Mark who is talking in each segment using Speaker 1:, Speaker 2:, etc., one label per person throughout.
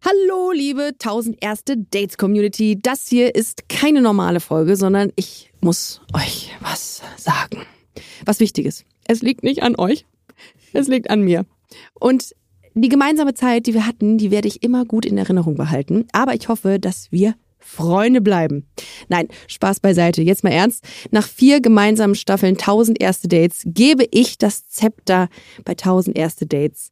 Speaker 1: Hallo, liebe 1000 erste Dates Community. Das hier ist keine normale Folge, sondern ich muss euch was sagen. Was Wichtiges. Es liegt nicht an euch. Es liegt an mir. Und die gemeinsame Zeit, die wir hatten, die werde ich immer gut in Erinnerung behalten. Aber ich hoffe, dass wir Freunde bleiben. Nein, Spaß beiseite. Jetzt mal ernst. Nach vier gemeinsamen Staffeln 1000 erste Dates gebe ich das Zepter bei 1000 erste Dates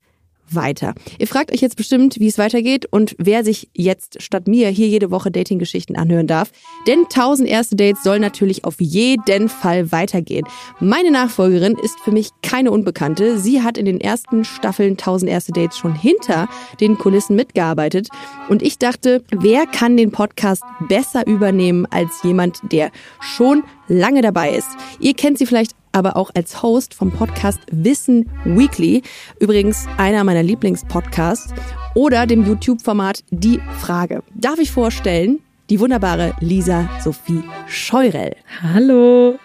Speaker 1: weiter. Ihr fragt euch jetzt bestimmt, wie es weitergeht und wer sich jetzt statt mir hier jede Woche Dating-Geschichten anhören darf. Denn 1000 erste Dates soll natürlich auf jeden Fall weitergehen. Meine Nachfolgerin ist für mich keine Unbekannte. Sie hat in den ersten Staffeln 1000 erste Dates schon hinter den Kulissen mitgearbeitet. Und ich dachte, wer kann den Podcast besser übernehmen als jemand, der schon lange dabei ist? Ihr kennt sie vielleicht aber auch als Host vom Podcast Wissen Weekly, übrigens einer meiner Lieblingspodcasts, oder dem YouTube-Format Die Frage. Darf ich vorstellen, die wunderbare Lisa Sophie Scheurell.
Speaker 2: Hallo.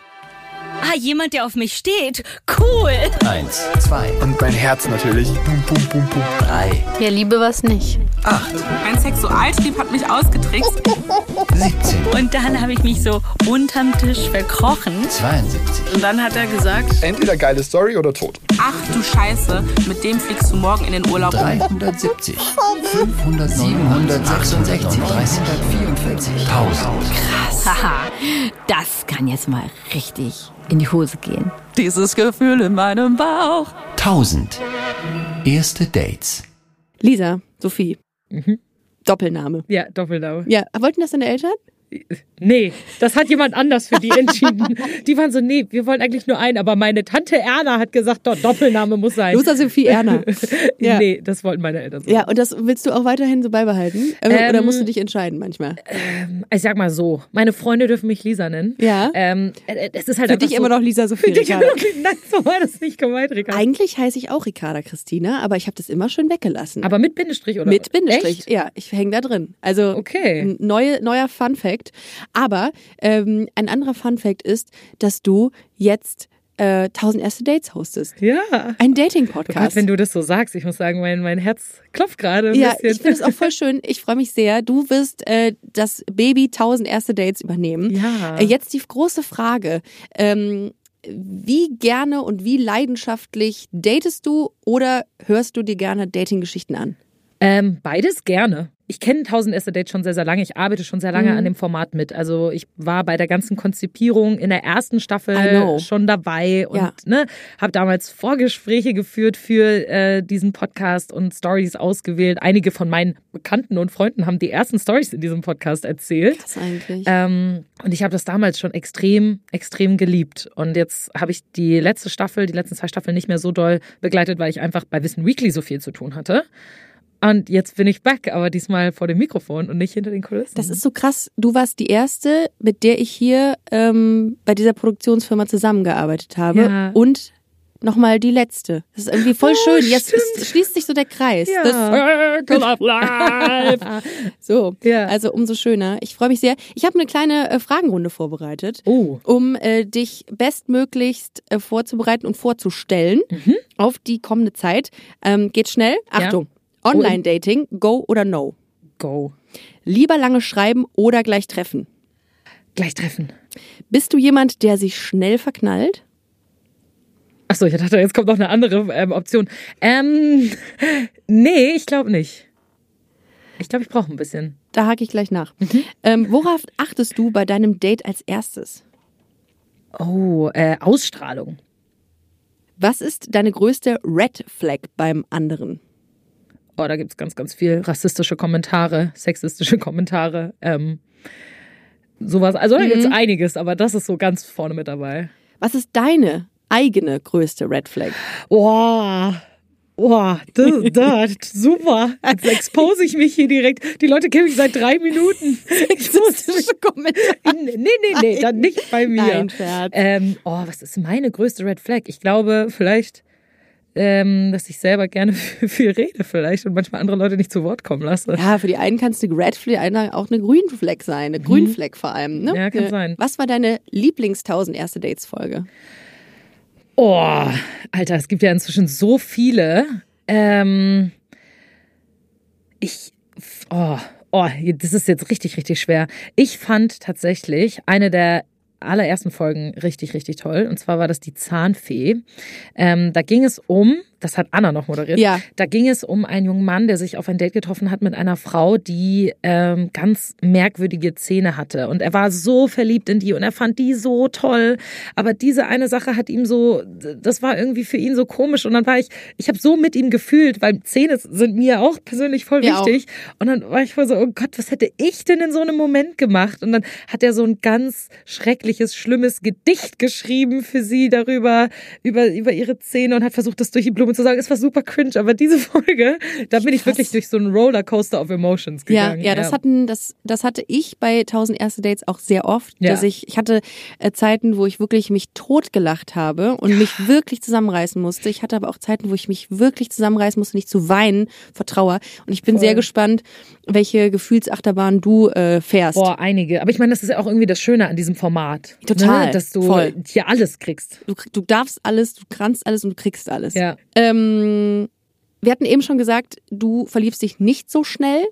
Speaker 3: Ah, jemand, der auf mich steht. Cool.
Speaker 4: Eins, zwei.
Speaker 5: Und mein Herz natürlich. Pum, pum, pum, pum.
Speaker 4: Drei,
Speaker 6: Ja, Liebe was nicht.
Speaker 7: Mein Sexualtrieb hat mich ausgetrickst.
Speaker 4: 17,
Speaker 3: Und dann habe ich mich so unterm Tisch verkrochen.
Speaker 4: 72,
Speaker 7: Und dann hat er gesagt,
Speaker 5: Entweder geile Story oder tot.
Speaker 7: ach du Scheiße, mit dem fliegst du morgen in den Urlaub.
Speaker 4: 370, 500, 766, 344, 1000.
Speaker 3: Haha, das kann jetzt mal richtig in die Hose gehen.
Speaker 7: Dieses Gefühl in meinem Bauch.
Speaker 4: 1000. Erste Dates.
Speaker 1: Lisa Sophie.
Speaker 2: Mhm.
Speaker 1: Doppelname.
Speaker 2: Ja, Doppelname.
Speaker 1: Ja, wollten das deine Eltern?
Speaker 2: Nee, das hat jemand anders für die entschieden. Die waren so, nee, wir wollen eigentlich nur einen, aber meine Tante Erna hat gesagt, doch, Doppelname muss sein.
Speaker 1: Loser Sophie Erna. Ja.
Speaker 2: Nee, das wollten meine Eltern so.
Speaker 1: Ja, und das willst du auch weiterhin so beibehalten? Ähm, Oder musst du dich entscheiden manchmal?
Speaker 2: Ich sag mal so, meine Freunde dürfen mich Lisa nennen.
Speaker 1: Ja.
Speaker 2: Ähm, äh, es ist halt
Speaker 1: Für
Speaker 2: einfach
Speaker 1: dich
Speaker 2: so, Genau.
Speaker 1: immer noch Lisa Sophie.
Speaker 2: Für dich
Speaker 1: Ricarda.
Speaker 2: immer noch, nein, so war das nicht gemeint, Ricardo.
Speaker 1: Eigentlich heiße ich auch Ricarda Christina, aber ich habe das immer schön weggelassen.
Speaker 2: Aber mit Bindestrich, oder?
Speaker 1: Mit Bindestrich.
Speaker 2: Echt?
Speaker 1: Ja, ich hänge da drin. Also
Speaker 2: Okay.
Speaker 1: n- neue, neuer Fun Fact. Aber ähm, ein anderer Fun Fact ist, dass du jetzt äh, 1000 erste Dates hostest.
Speaker 2: Ja.
Speaker 1: Ein Dating
Speaker 2: Oh Gott,
Speaker 1: Podcast.
Speaker 2: wenn du das so sagst, ich muss sagen, mein, mein Herz klopft gerade ein
Speaker 1: ja,
Speaker 2: bisschen.
Speaker 1: ich finde es auch voll schön. Ich freue mich sehr. Du wirst äh, das Baby 1000 erste Dates übernehmen.
Speaker 2: Ja.
Speaker 1: Äh, Jetzt die große Frage. Ähm, wie gerne und wie leidenschaftlich datest du oder hörst du dir gerne Dating-Geschichten an?
Speaker 2: Ähm, beides gerne. Ich kenne 1000 Erste Dates schon sehr, sehr lange. Ich arbeite schon sehr lange
Speaker 1: Mhm.
Speaker 2: an dem Format mit. Also ich war bei der ganzen Konzipierung in der ersten
Speaker 1: I know.
Speaker 2: Staffel schon dabei und
Speaker 1: Ja.
Speaker 2: ne, habe damals Vorgespräche geführt für äh, diesen Podcast und Stories ausgewählt. Einige von meinen Bekannten und Freunden haben die ersten Stories in diesem Podcast erzählt.
Speaker 1: Das eigentlich.
Speaker 2: Ähm, und ich habe das damals schon extrem, extrem geliebt. Und jetzt habe ich die letzte Staffel, die letzten zwei Staffeln nicht mehr so doll begleitet, weil ich einfach bei Wissen Weekly so viel zu tun hatte. Und jetzt bin ich back, aber diesmal vor dem Mikrofon und nicht hinter den Kulissen.
Speaker 1: Das ist so krass. Du warst die erste, mit der ich hier ähm, bei dieser Produktionsfirma zusammengearbeitet habe.
Speaker 2: Ja. Oh,
Speaker 1: Und nochmal die letzte. Das ist irgendwie voll schön. Jetzt ist, schließt sich so der Kreis.
Speaker 2: Ja.
Speaker 1: Das,
Speaker 2: Circle of Life.
Speaker 1: so,
Speaker 2: Ja.
Speaker 1: also umso schöner. Ich freue mich sehr. Ich habe eine kleine äh, Fragenrunde vorbereitet,
Speaker 2: Oh,
Speaker 1: um äh, dich bestmöglichst äh, vorzubereiten und vorzustellen auf die kommende Zeit. Ähm, geht schnell. Achtung. Online-Dating, go oder no?
Speaker 2: go.
Speaker 1: Lieber lange schreiben oder gleich treffen?
Speaker 2: Gleich treffen.
Speaker 1: Bist du jemand, der sich schnell verknallt?
Speaker 2: Achso, ich dachte, jetzt kommt noch eine andere ähm, Option. Ähm, nee, ich glaube nicht. Ich glaube, ich brauche ein bisschen.
Speaker 1: Da hake ich gleich nach. Ähm, worauf achtest du bei deinem Date als erstes?
Speaker 2: Oh, äh, Ausstrahlung.
Speaker 1: Was ist deine größte Red Flag beim anderen?
Speaker 2: Oh, da gibt's ganz, ganz viel rassistische Kommentare, sexistische Kommentare, ähm, sowas. Also da gibt's einiges, aber das ist so ganz vorne mit dabei.
Speaker 1: Was ist deine eigene größte Red Flag?
Speaker 2: Wow. Wow, das, das, super. Jetzt expose ich mich hier direkt. Die Leute kennen mich seit drei Minuten. Ich muss mich,
Speaker 1: Kommentar.
Speaker 2: nee, nee, nee, dann nicht bei mir.
Speaker 1: Nein, Scherz.
Speaker 2: Ähm, oh, was ist meine größte Red Flag? Ich glaube vielleicht, ähm, dass ich selber gerne viel rede vielleicht und manchmal andere Leute nicht zu Wort kommen lasse.
Speaker 1: Ja, für die einen kann es eine Red Flag, einer auch eine Grün Flag sein, eine Grün Flag vor allem. Ne?
Speaker 2: Mhm. Ja, kann
Speaker 1: Äh,
Speaker 2: sein.
Speaker 1: Was war deine Lieblings 1000 erste Dates Folge?
Speaker 2: Oh, Alter, es gibt ja inzwischen so viele. Ähm, ich, Oh, oh, das ist jetzt richtig, richtig schwer. Ich fand tatsächlich eine der allerersten Folgen richtig, richtig toll. Und zwar war das die Zahnfee. Ähm, da ging es um, das hat Anna noch moderiert,
Speaker 1: Ja.
Speaker 2: da ging es um einen jungen Mann, der sich auf ein Date getroffen hat mit einer Frau, die ähm, ganz merkwürdige Zähne hatte. Und er war so verliebt in die und er fand die so toll. Aber diese eine Sache hat ihm so, das war irgendwie für ihn so komisch. Und dann war ich, ich habe so mit ihm gefühlt, weil Zähne sind mir auch persönlich voll
Speaker 1: Ja, auch.
Speaker 2: wichtig. Und dann war ich voll so, oh Gott, was hätte ich denn in so einem Moment gemacht? Und dann hat er so ein ganz schreckliches, schlimmes Gedicht geschrieben für sie darüber, über, über ihre Zähne und hat versucht, das durch die Blume zu sagen. Es war super cringe, aber diese Folge, da bin ich wirklich durch so einen Rollercoaster of Emotions
Speaker 1: Ja,
Speaker 2: gegangen.
Speaker 1: ja, das hatten, das, das hatte ich bei 1000 erste Dates auch sehr oft,
Speaker 2: Ja.
Speaker 1: dass ich, ich hatte äh, Zeiten, wo ich wirklich mich totgelacht habe und mich wirklich zusammenreißen musste. Ich hatte aber auch Zeiten, wo ich mich wirklich zusammenreißen musste, nicht zu weinen vor Trauer. Und ich bin sehr gespannt, welche Gefühlsachterbahn du äh, fährst.
Speaker 2: Boah, einige. Aber ich meine, das ist ja auch irgendwie das Schöne an diesem Format.
Speaker 1: Total,
Speaker 2: Ne? Dass du
Speaker 1: voll.
Speaker 2: hier alles kriegst.
Speaker 1: Du, krieg- du darfst alles, du kannst alles und du kriegst alles.
Speaker 2: Ja.
Speaker 1: Ähm, wir hatten eben schon gesagt, du verliebst dich nicht so schnell.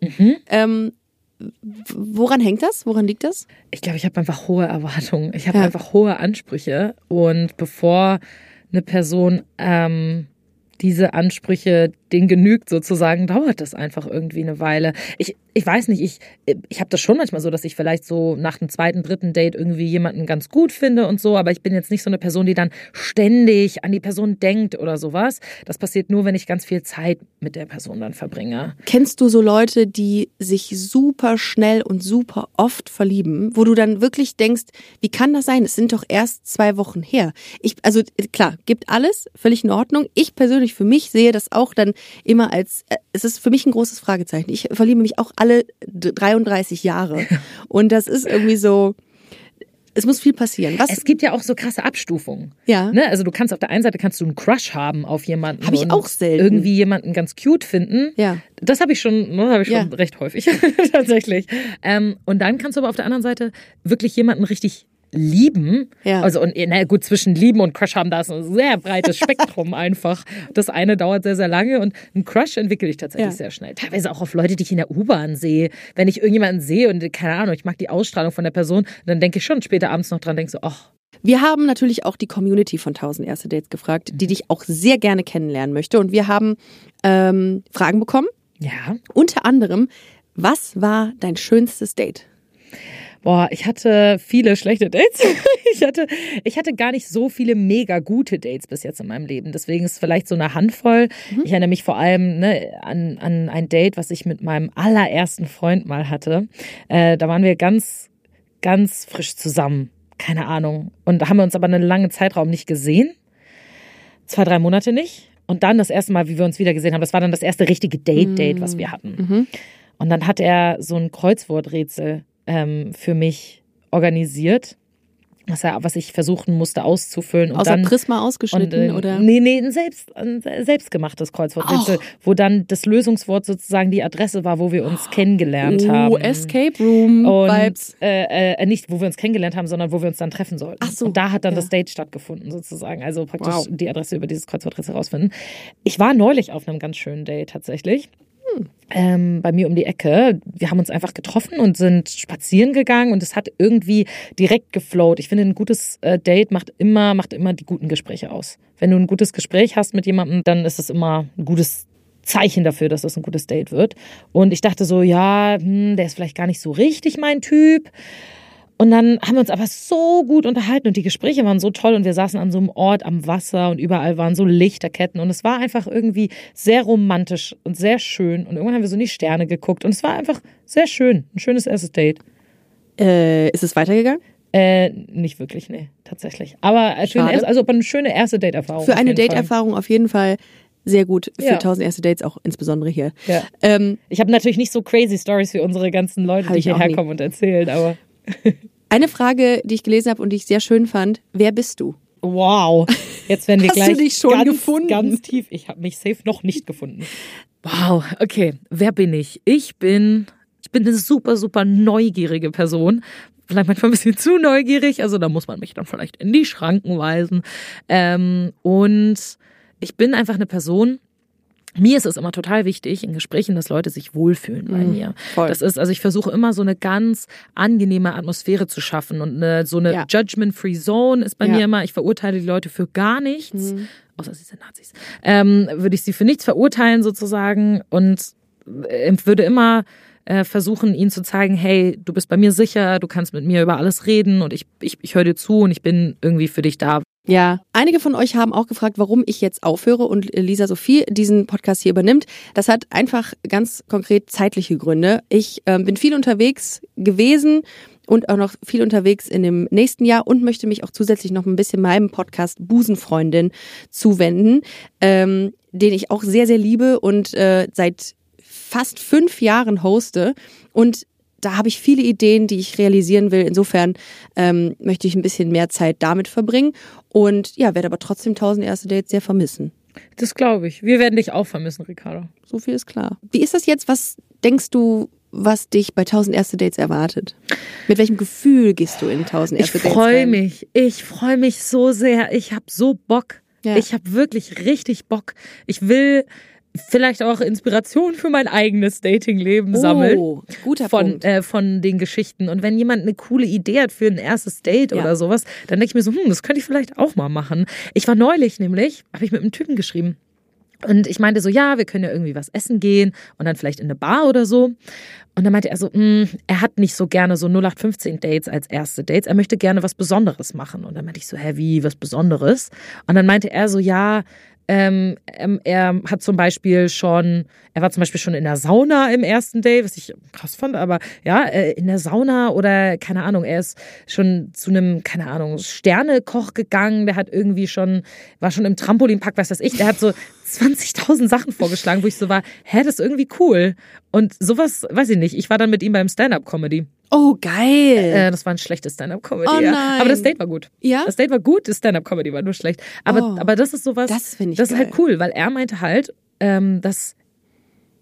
Speaker 1: Ähm, w- woran hängt das? Woran liegt das?
Speaker 2: ich glaube, ich habe einfach hohe Erwartungen. Ich habe
Speaker 1: Ja.
Speaker 2: einfach hohe Ansprüche. Und bevor eine Person ähm, diese Ansprüche, denen genügt sozusagen, dauert das einfach irgendwie eine Weile. Ich, ich weiß nicht, ich, ich habe das schon manchmal so, dass ich vielleicht so nach dem zweiten, dritten Date irgendwie jemanden ganz gut finde und so, aber ich bin jetzt nicht so eine Person, die dann ständig an die Person denkt oder sowas. Das passiert nur, wenn ich ganz viel Zeit mit der Person dann verbringe.
Speaker 1: Kennst du so Leute, die sich super schnell und super oft verlieben, wo du dann wirklich denkst, wie kann das sein? Es sind doch erst zwei Wochen her. Ich, also äh, klar, gibt alles, völlig in Ordnung. Ich persönlich für mich sehe das auch dann immer als, äh, es ist für mich ein großes Fragezeichen. Ich verliebe mich auch alle d- 33 Jahre. Und das ist irgendwie so, es muss viel passieren. Was,
Speaker 2: Es gibt ja auch so krasse Abstufungen.
Speaker 1: ja,
Speaker 2: Ne? Also du kannst auf der einen Seite kannst du einen Crush haben auf jemanden.
Speaker 1: Hab ich
Speaker 2: und
Speaker 1: auch selten.
Speaker 2: Irgendwie jemanden ganz cute finden.
Speaker 1: Ja.
Speaker 2: Das habe ich schon, ne, habe ich schon
Speaker 1: Ja.
Speaker 2: recht häufig tatsächlich. Ähm, und dann kannst du aber auf der anderen Seite wirklich jemanden richtig lieben.
Speaker 1: Ja.
Speaker 2: Also und na gut, zwischen lieben und Crush haben da ist ein sehr breites Spektrum einfach. Das eine dauert sehr sehr lange und ein Crush entwickle ich tatsächlich
Speaker 1: Ja.
Speaker 2: sehr schnell. Teilweise auch auf Leute, die ich in der U-Bahn sehe, wenn ich irgendjemanden sehe und keine Ahnung, ich mag die Ausstrahlung von der Person, dann denke ich schon später abends noch dran, denke so, ach,
Speaker 1: Wir haben natürlich auch die Community von 1000 Erste Dates gefragt,
Speaker 2: Mhm.
Speaker 1: die dich auch sehr gerne kennenlernen möchte. Und wir haben ähm, Fragen bekommen.
Speaker 2: ja,
Speaker 1: Unter anderem, was war dein schönstes Date?
Speaker 2: Boah, ich hatte viele schlechte Dates. Ich hatte, ich hatte gar nicht so viele mega gute Dates bis jetzt in meinem Leben. Deswegen ist es vielleicht so eine Handvoll. Ich erinnere mich vor allem ne, an, an ein Date, was ich mit meinem allerersten Freund mal hatte. Äh, da waren wir ganz, ganz frisch zusammen. Keine Ahnung. Und da haben wir uns aber einen langen Zeitraum nicht gesehen. Zwei, drei Monate nicht. Und dann das erste Mal, wie wir uns wieder gesehen haben, das war dann das erste richtige Date-Date, was wir hatten.
Speaker 1: Mhm.
Speaker 2: Und dann hat er so ein Kreuzworträtsel ähm, für mich organisiert, was, er, was ich versuchen musste auszufüllen. Und
Speaker 1: Außer
Speaker 2: dann,
Speaker 1: Prisma ausgeschnitten
Speaker 2: und, äh,
Speaker 1: oder?
Speaker 2: Nee, nee, ein, selbst, ein selbstgemachtes Kreuzworträtsel, wo dann das Lösungswort sozusagen die Adresse war, wo wir uns kennengelernt haben.
Speaker 1: Oh, Escape Room
Speaker 2: Und
Speaker 1: Vibes.
Speaker 2: Äh, äh, nicht, wo wir uns kennengelernt haben, sondern wo wir uns dann treffen sollten.
Speaker 1: Ach so,
Speaker 2: Und da hat dann
Speaker 1: ja.
Speaker 2: das Date stattgefunden, sozusagen. Also praktisch
Speaker 1: Wow.
Speaker 2: die Adresse über dieses Kreuzworträtsel rausfinden. Ich war neulich auf einem ganz schönen Date tatsächlich. Ähm, bei mir um die Ecke. Wir haben uns einfach getroffen und sind spazieren gegangen und es hat irgendwie direkt geflowt. Ich finde, ein gutes äh, Date macht immer, macht immer die guten Gespräche aus. Wenn du ein gutes Gespräch hast mit jemandem, dann ist es immer ein gutes Zeichen dafür, dass das ein gutes Date wird. Und ich dachte so, ja, hm, der ist vielleicht gar nicht so richtig mein Typ. Und dann haben wir uns aber so gut unterhalten und die Gespräche waren so toll und wir saßen an so einem Ort am Wasser und überall waren so Lichterketten und es war einfach irgendwie sehr romantisch und sehr schön und irgendwann haben wir so in die Sterne geguckt und es war einfach sehr schön, ein schönes erstes Date.
Speaker 1: Äh, ist es weitergegangen?
Speaker 2: Äh, nicht wirklich, nee, tatsächlich. Aber ein schöne
Speaker 1: Schade.
Speaker 2: erste, also aber eine schöne erste Date-Erfahrung.
Speaker 1: Für
Speaker 2: auf
Speaker 1: eine
Speaker 2: jeden Fall.
Speaker 1: Date-Erfahrung auf jeden Fall sehr gut. Für
Speaker 2: Ja.
Speaker 1: 1000 Erste Dates auch insbesondere hier.
Speaker 2: Ja.
Speaker 1: Ähm,
Speaker 2: Ich habe natürlich nicht so crazy Stories wie unsere ganzen Leute,
Speaker 1: Hab
Speaker 2: die
Speaker 1: ich auch
Speaker 2: hierher
Speaker 1: nie.
Speaker 2: kommen und erzählen, aber
Speaker 1: eine Frage, die ich gelesen habe und die ich sehr schön fand. Wer bist du?
Speaker 2: wow. Jetzt werden wir
Speaker 1: Hast du
Speaker 2: gleich
Speaker 1: dich schon
Speaker 2: ganz,
Speaker 1: gefunden?
Speaker 2: ganz tief. Ich habe mich safe noch nicht gefunden.
Speaker 6: Wow, okay. Wer bin ich? Ich bin, ich bin eine super, super neugierige Person. Vielleicht manchmal ein bisschen zu neugierig, also da muss man mich dann vielleicht in die Schranken weisen. Ähm, und ich bin einfach eine Person,
Speaker 2: Mir ist es immer total wichtig in Gesprächen, dass Leute sich wohlfühlen bei mir.
Speaker 1: voll.
Speaker 2: Das ist, also ich versuche immer so eine ganz angenehme Atmosphäre zu schaffen und eine, so eine
Speaker 1: Ja.
Speaker 2: Judgment-Free Zone ist bei
Speaker 1: Ja.
Speaker 2: mir immer. Ich verurteile die Leute für gar nichts, außer sie sind Nazis. Ähm, würde ich sie für nichts verurteilen sozusagen und äh, würde immer äh, versuchen, ihnen zu zeigen, hey, du bist bei mir sicher, du kannst mit mir über alles reden und ich, ich, ich höre dir zu und ich bin irgendwie für dich da.
Speaker 1: Ja, einige von euch haben auch gefragt, warum ich jetzt aufhöre und Lisa Sophie diesen Podcast hier übernimmt. Das hat einfach ganz konkret zeitliche Gründe. Ich ähm, bin viel unterwegs gewesen und auch noch viel unterwegs in dem nächsten Jahr und möchte mich auch zusätzlich noch ein bisschen meinem Podcast Busenfreundin zuwenden, ähm, den ich auch sehr, sehr liebe und äh, seit fast fünf Jahren hoste. Und da habe ich viele Ideen, die ich realisieren will. Insofern ähm, möchte ich ein bisschen mehr Zeit damit verbringen und ja, werde aber trotzdem 1000 erste Dates sehr vermissen.
Speaker 2: Das glaube ich. Wir werden dich auch vermissen, Ricardo.
Speaker 1: So viel ist klar. Wie ist das jetzt? Was denkst du, was dich bei 1000 erste Dates erwartet? Mit welchem Gefühl gehst du in 1000
Speaker 2: Ich
Speaker 1: erste Dates?
Speaker 2: freue
Speaker 1: rein?
Speaker 2: mich. Ich freue mich so sehr. Ich habe so Bock.
Speaker 1: Ja.
Speaker 2: Ich habe wirklich richtig Bock. Ich will vielleicht auch Inspiration für mein eigenes Datingleben sammeln.
Speaker 1: Oh, guter
Speaker 2: von,
Speaker 1: Punkt.
Speaker 2: äh, von den Geschichten. Und wenn jemand eine coole Idee hat für ein erstes Date
Speaker 1: Ja.
Speaker 2: oder sowas, dann denke ich mir so, hm, das könnte ich vielleicht auch mal machen. Ich war neulich nämlich, habe ich mit einem Typen geschrieben. Und ich meinte so, ja, wir können ja irgendwie was essen gehen und dann vielleicht in eine Bar oder so. Und dann meinte er so, hm, er hat nicht so gerne so 0815-Dates als erste Dates. Er möchte gerne was Besonderes machen. Und dann meinte ich so, hä, wie, was Besonderes? Und dann meinte er so, ja, ähm, ähm, er hat zum Beispiel schon, er war zum Beispiel schon in der Sauna im ersten Date, was ich krass fand, aber ja, äh, in der Sauna oder keine Ahnung, er ist schon zu einem, keine Ahnung, Sternekoch gegangen, der hat irgendwie schon, war schon im Trampolinpark, was weiß ich, der hat so 20.000 Sachen vorgeschlagen, wo ich so war, hä, das ist irgendwie cool. Und sowas, weiß ich nicht, ich war dann mit ihm beim Stand-Up-Comedy.
Speaker 1: oh, geil.
Speaker 2: Äh, das war ein schlechtes Stand-Up-Comedy.
Speaker 1: Oh
Speaker 2: ja.
Speaker 1: nein.
Speaker 2: Aber das Date war gut.
Speaker 1: ja?
Speaker 2: Das Date war gut, das Stand-Up-Comedy war nur schlecht. Aber,
Speaker 1: Oh.
Speaker 2: aber das ist sowas,
Speaker 1: Das finde ich
Speaker 2: das ist
Speaker 1: geil.
Speaker 2: halt cool, weil er meinte halt, ähm, dass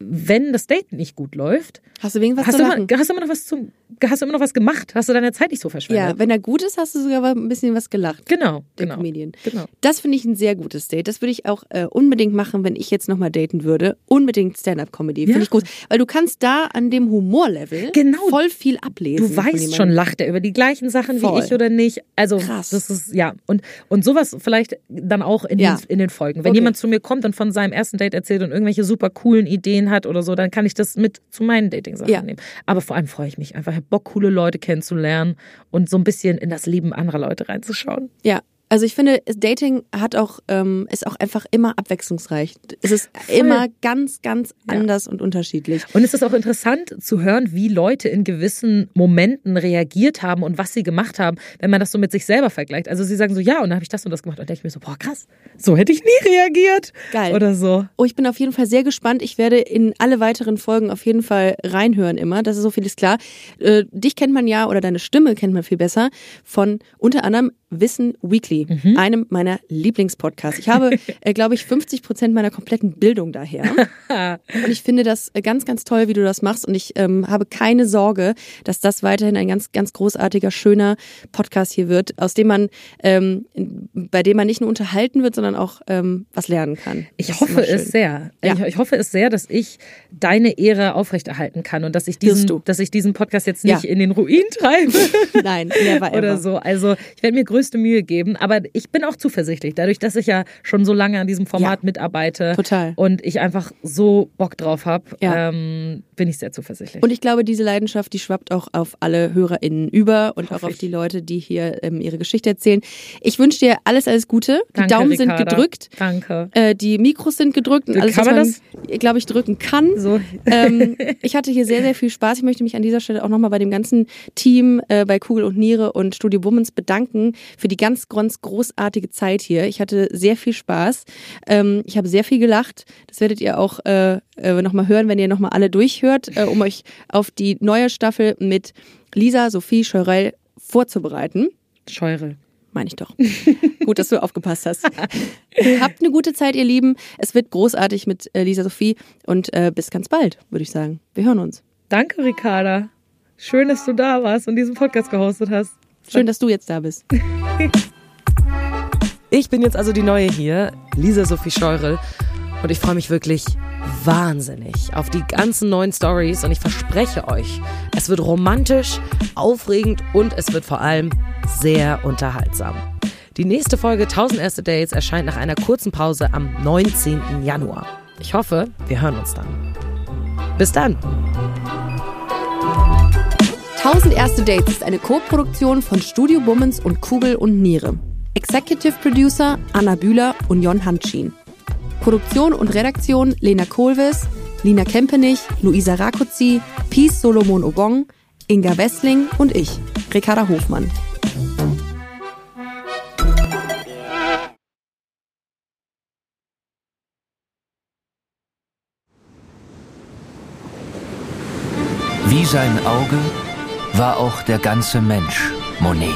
Speaker 2: wenn das Date nicht gut läuft,
Speaker 1: Hast du wegen was
Speaker 2: hast
Speaker 1: zu
Speaker 2: du, immer,
Speaker 1: lachen?
Speaker 2: hast du immer noch was zum, hast du immer noch was gemacht, hast du deine Zeit nicht so verschwendet.
Speaker 1: Ja, wenn er gut ist, hast du sogar ein bisschen was gelacht.
Speaker 2: Genau,
Speaker 1: Der
Speaker 2: genau.
Speaker 1: Comedian.
Speaker 2: Genau.
Speaker 1: Das finde ich ein sehr gutes Date. Das würde ich auch äh, unbedingt machen, wenn ich jetzt nochmal daten würde. Unbedingt Stand-up-Comedy. Finde
Speaker 2: Ja.
Speaker 1: ich gut. Weil du kannst da an dem Humorlevel
Speaker 2: Genau.
Speaker 1: voll viel ablesen.
Speaker 2: Du
Speaker 1: von
Speaker 2: weißt
Speaker 1: jemandem.
Speaker 2: schon, lacht er über die gleichen Sachen
Speaker 1: Voll.
Speaker 2: wie ich oder nicht. Also
Speaker 1: Krass.
Speaker 2: das ist ja und und sowas vielleicht dann auch in,
Speaker 1: Ja.
Speaker 2: den, in den Folgen. Wenn
Speaker 1: Okay.
Speaker 2: jemand zu mir kommt und von seinem ersten Date erzählt und irgendwelche super coolen Ideen hat oder so, dann kann ich das mit zu meinen Dating Sachen
Speaker 1: Ja.
Speaker 2: nehmen. Aber vor allem freue ich mich einfach, ich hab Bock coole Leute kennenzulernen und so ein bisschen in das Leben anderer Leute reinzuschauen.
Speaker 1: Ja. Also ich finde, Dating hat auch, ähm, ist auch einfach immer abwechslungsreich. Es ist immer ganz, ganz anders und unterschiedlich.
Speaker 2: Und es ist auch interessant zu hören, wie Leute in gewissen Momenten reagiert haben und was sie gemacht haben, wenn man das so mit sich selber vergleicht. Also sie sagen so, ja, und dann habe ich das und das gemacht. Und dann denke ich mir so, boah, krass, so hätte ich nie reagiert.
Speaker 1: Geil.
Speaker 2: Oder so.
Speaker 1: Oh, ich bin auf jeden Fall sehr gespannt. Ich werde in alle weiteren Folgen auf jeden Fall reinhören immer. Das ist so viel ist klar. Äh, dich kennt man ja oder deine Stimme kennt man viel besser von unter anderem Wissen Weekly,
Speaker 2: Mhm.
Speaker 1: einem meiner Lieblingspodcasts. Ich habe, äh, glaube ich, 50 Prozent meiner kompletten Bildung daher. Und ich finde das äh, ganz, ganz toll, wie du das machst. Und ich ähm, habe keine Sorge, dass das weiterhin ein ganz, ganz großartiger, schöner Podcast hier wird, aus dem man, ähm, bei dem man nicht nur unterhalten wird, sondern auch ähm, was lernen kann. Das
Speaker 2: Ich
Speaker 1: ist immer
Speaker 2: hoffe es
Speaker 1: schön.
Speaker 2: sehr.
Speaker 1: Ja.
Speaker 2: Ich, ich hoffe es sehr, dass ich deine Ehre aufrechterhalten kann und dass ich diesen,
Speaker 1: Wirst du.
Speaker 2: dass ich diesen Podcast jetzt
Speaker 1: Ja.
Speaker 2: nicht in den Ruin treibe.
Speaker 1: Nein, never ever.
Speaker 2: oder so. Also ich werde mir größte Mühe geben, aber ich bin auch zuversichtlich, dadurch, dass ich ja schon so lange an diesem Format
Speaker 1: Ja.
Speaker 2: mitarbeite
Speaker 1: Total.
Speaker 2: und ich einfach so Bock drauf habe,
Speaker 1: Ja.
Speaker 2: ähm, bin ich sehr zuversichtlich.
Speaker 1: Und ich glaube, diese Leidenschaft, die schwappt auch auf alle HörerInnen über und auch auf
Speaker 2: ich.
Speaker 1: die Leute, die hier ähm, ihre Geschichte erzählen. Ich wünsche dir alles, alles Gute. Die
Speaker 2: Danke,
Speaker 1: Daumen sind
Speaker 2: Ricarda.
Speaker 1: gedrückt.
Speaker 2: Danke.
Speaker 1: Äh, die Mikros sind gedrückt und
Speaker 2: Kann
Speaker 1: alles,
Speaker 2: man
Speaker 1: was man, glaube ich, drücken kann.
Speaker 2: So.
Speaker 1: ähm, ich hatte hier sehr, sehr viel Spaß. Ich möchte mich an dieser Stelle auch nochmal bei dem ganzen Team äh, bei Kugel und Niere und Studio Womens bedanken für die ganz, ganz großartige Zeit hier. Ich hatte sehr viel Spaß. Ähm, ich habe sehr viel gelacht. Das werdet ihr auch äh, äh, nochmal hören, wenn ihr nochmal alle durchhört, äh, um euch auf die neue Staffel mit Lisa Sophie Scheurell vorzubereiten.
Speaker 2: Scheurel.
Speaker 1: Meine ich doch. Gut, dass du aufgepasst hast. Habt eine gute Zeit, ihr Lieben. Es wird großartig mit äh, Lisa Sophie und äh, bis ganz bald, würde ich sagen. Wir hören uns.
Speaker 2: Danke, Ricarda. Schön, dass du da warst und diesen Podcast gehostet hast.
Speaker 1: Schön, dass du jetzt da bist.
Speaker 8: Ich bin jetzt also die Neue hier, Lisa Sophie Scheurel.
Speaker 2: Und ich freue mich wirklich wahnsinnig auf die ganzen neuen Stories und ich verspreche euch, es wird romantisch, aufregend und es wird vor allem sehr unterhaltsam. Die nächste Folge 1000 Erste Dates erscheint nach einer kurzen Pause am 19. Januar. Ich hoffe, wir hören uns dann. Bis dann!
Speaker 1: 1000 Erste Dates ist eine Co-Produktion von Studio Bummens und Kugel und Niere. Executive Producer Anna Bühler und Jon Hanschin. Produktion und Redaktion Lena Kohlwiss, Lina Kempenich, Luisa Rakuzzi, Peace Solomon Obong, Inga Wessling und ich, Ricarda Hofmann.
Speaker 9: Wie sein Auge war auch der ganze Mensch Monet.